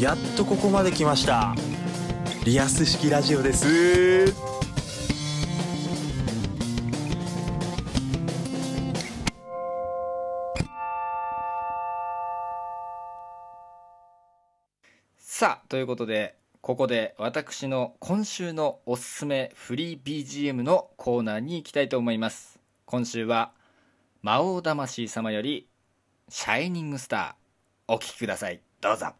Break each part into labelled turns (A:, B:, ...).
A: やっとここまで来ましたリアス式ラジオです
B: さあということでここで私の今週のおすすめフリー BGM のコーナーに行きたいと思います今週は魔王魂様より「シャイニングスター」お聴きくださいどうぞ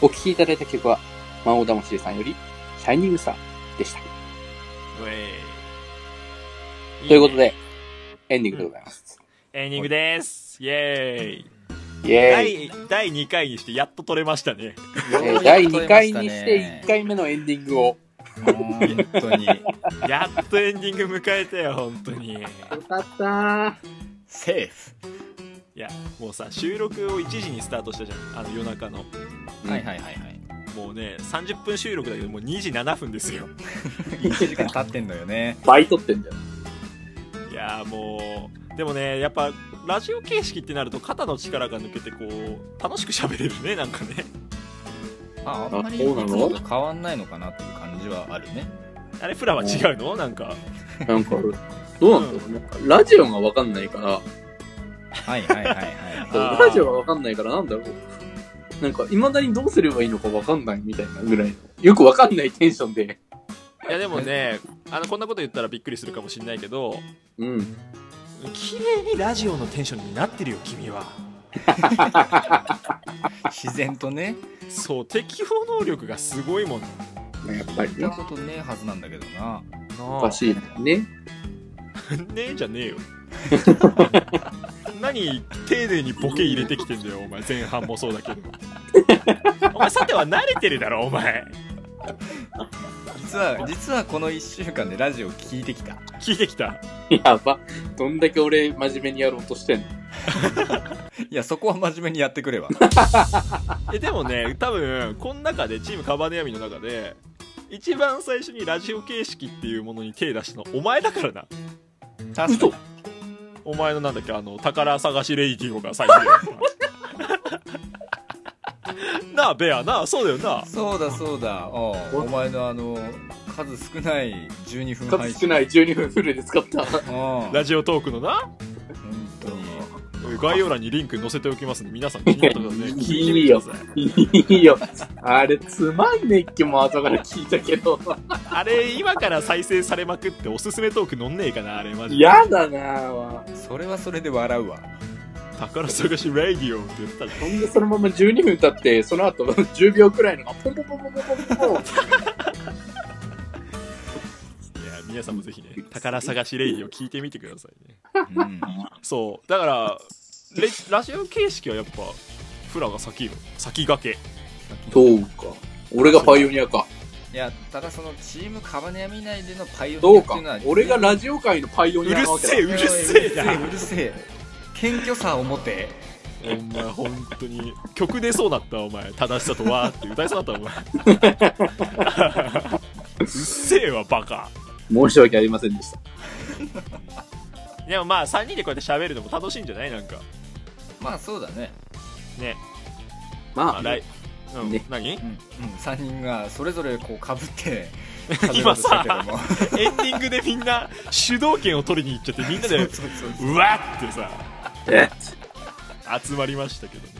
C: お聴きいただいた曲は、魔王魂さんより、シャイニングスターでした。
D: ウェイ
C: ということで、エンディングでございます。
D: エンディングですイェーイ
C: イェーイ。
D: 第第2回にしてやっと取れましたね
C: えー第2回にして1回目のエンディングを。
B: 本当に
D: やっとエンディング迎えたよ本当にい
C: かった
B: セーフ
D: やもうさ収録を1時にスタートしたじゃんあの夜中の
B: はいはいはいはい
D: もうね30分収録だけどもう2時7分ですよ
B: 1時間経ってんのよね
C: 倍取ってんだよ。
D: いやーもうでもねやっぱラジオ形式ってなると肩の力が抜けてこう楽しく喋れるねなんかね
B: ああんまりいつ
C: そうな
B: も
C: の
B: と変わんないのかなっていう感じはあるね
D: あれプラは違うのなんか
C: なんか、どうなんだろうね。ラジオがわかんないから、
B: はいはいはいは
D: あー
C: ラジオがわかんないからなんだろう。なんか、未だにどうすればいいのかわかんないみたいなぐらいの。よくわかんないテンションで。
D: いやでもねあのこんなこと言ったらびっくりするかもしんないけど
C: うん。
D: 綺麗にラジオのテンションになってるよ君はい
B: 自然とね
D: そう適応能力がすごいもんな
C: やっぱり
B: 言
C: ね
B: った。ことねえはずなんだけどな
C: おかしいね。
D: ねえじゃねえよ何丁寧にボケ入れてきてんだよお前前半もそうだけどお前さては慣れてるだろお前
B: 実は実はこの1週間でラジオ聞いてきた
D: 聞いてきた
C: やば。どんだけ俺真面目にやろうとしてんの
B: いやそこは真面目にやってくれば
D: えでもね多分この中でチームカバネヤミの中で一番最初にラジオ形式っていうものに手出したのお前だからな
B: 確かに
D: お前のなんだっけあの宝探しレイディオが最初になあベアなあそうだよな
B: そうだそうだおうお前のあの数少ない12分配
C: 数少
B: 信
C: ない12分フルで使った。
B: うん本
D: ラジオトークのな
B: 当に
D: 概要欄にリンク載せておきますんで皆さん気になったらね聞いてみてください
C: いいよ。あれ、つまんねっけも後から聞いたけど。
D: あれ今から再生されまくっておすすめトーク載んねえかなあれマジで
C: やだなぁ。
B: それはそれで笑うわ
D: 宝探しレイディオって言ってたじゃん
C: ほんで、そのまま12分経って、その後 10秒くらいのがポンポンポンポンポンポンポン。
D: いや皆さんもぜひね宝探しレイディオ聞いてみてくださいね
B: うん
D: そうだからレラジオ形式はやっぱフラが先よ先駆け
C: そうか。俺がパイオニアか。
B: いやただそのチームカバネアミ内でのパイオニアって
C: そうか
B: いうのは。
C: 俺がラジオ界のパイオ
D: う
C: ニ
D: る
C: アなわけだ
D: せえ。うるせえな
B: うるせえうるせえ謙虚さを持て
D: お前本当に曲出そうなったわお前正しさとわーって歌いそうだったわお前うっせえわバカ
C: 申し訳ありませんでした。
D: でもまあ3人でこうやって喋るのも楽しいんじゃないなんか
B: まあそうだね
D: ね
C: ま
D: ま
C: あ、
D: あ来うん、
C: ね
D: 何
B: うん、うん、3人がそれぞれこうかぶって
D: 今さ
B: 数えようとしたけども
D: エンディングでみんな主導権を取りに行っちゃってみんなで
B: そうそうそう
D: うわってさ
C: え
D: 集まりましたけどね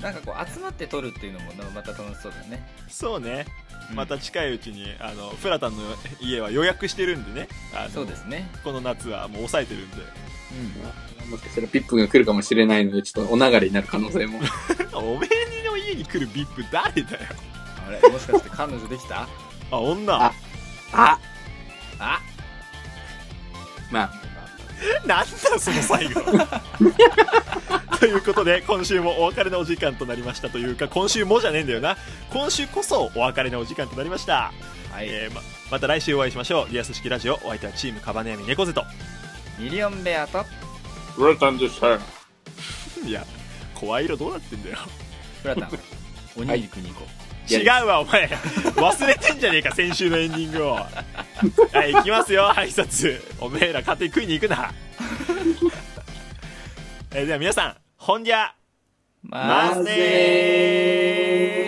B: なんかこう集まって撮るっていうのもなまた楽しそうだよね
D: そうね
B: うん
D: また近いうちにあのプラタンの家は予約してるんでねあの
B: そうですね
D: この夏はもう抑えてるんで
C: もしかしたらピップが来るかもしれないので、ちょっとお流れになる可能性も。
D: おめえの家に来る VIP 誰だよ
B: あれもしかして彼女できた
D: あ女
C: ああ
B: あ
C: まあ、
D: なんだその最 後ということで今週もお別れのお時間となりましたというか今週もじゃねえんだよな今週こそお別れのお時間となりました、
B: はい、
D: えーままた来週お会いしましょうリアス式ラジオお相手はチームカバネヤミネコゼと
B: ミリオンベアと
C: ウェルカムでした。
D: いや怖い色どうなってんだよ
B: プラタンおにぎり食いに行こ
C: いや
D: 違うわお前忘れてんじゃねえか先週のエンディン グをはい行きますよ挨拶おめえら勝手に食いに行く なえーでは皆さんほんじゃ
B: う、
D: まずねー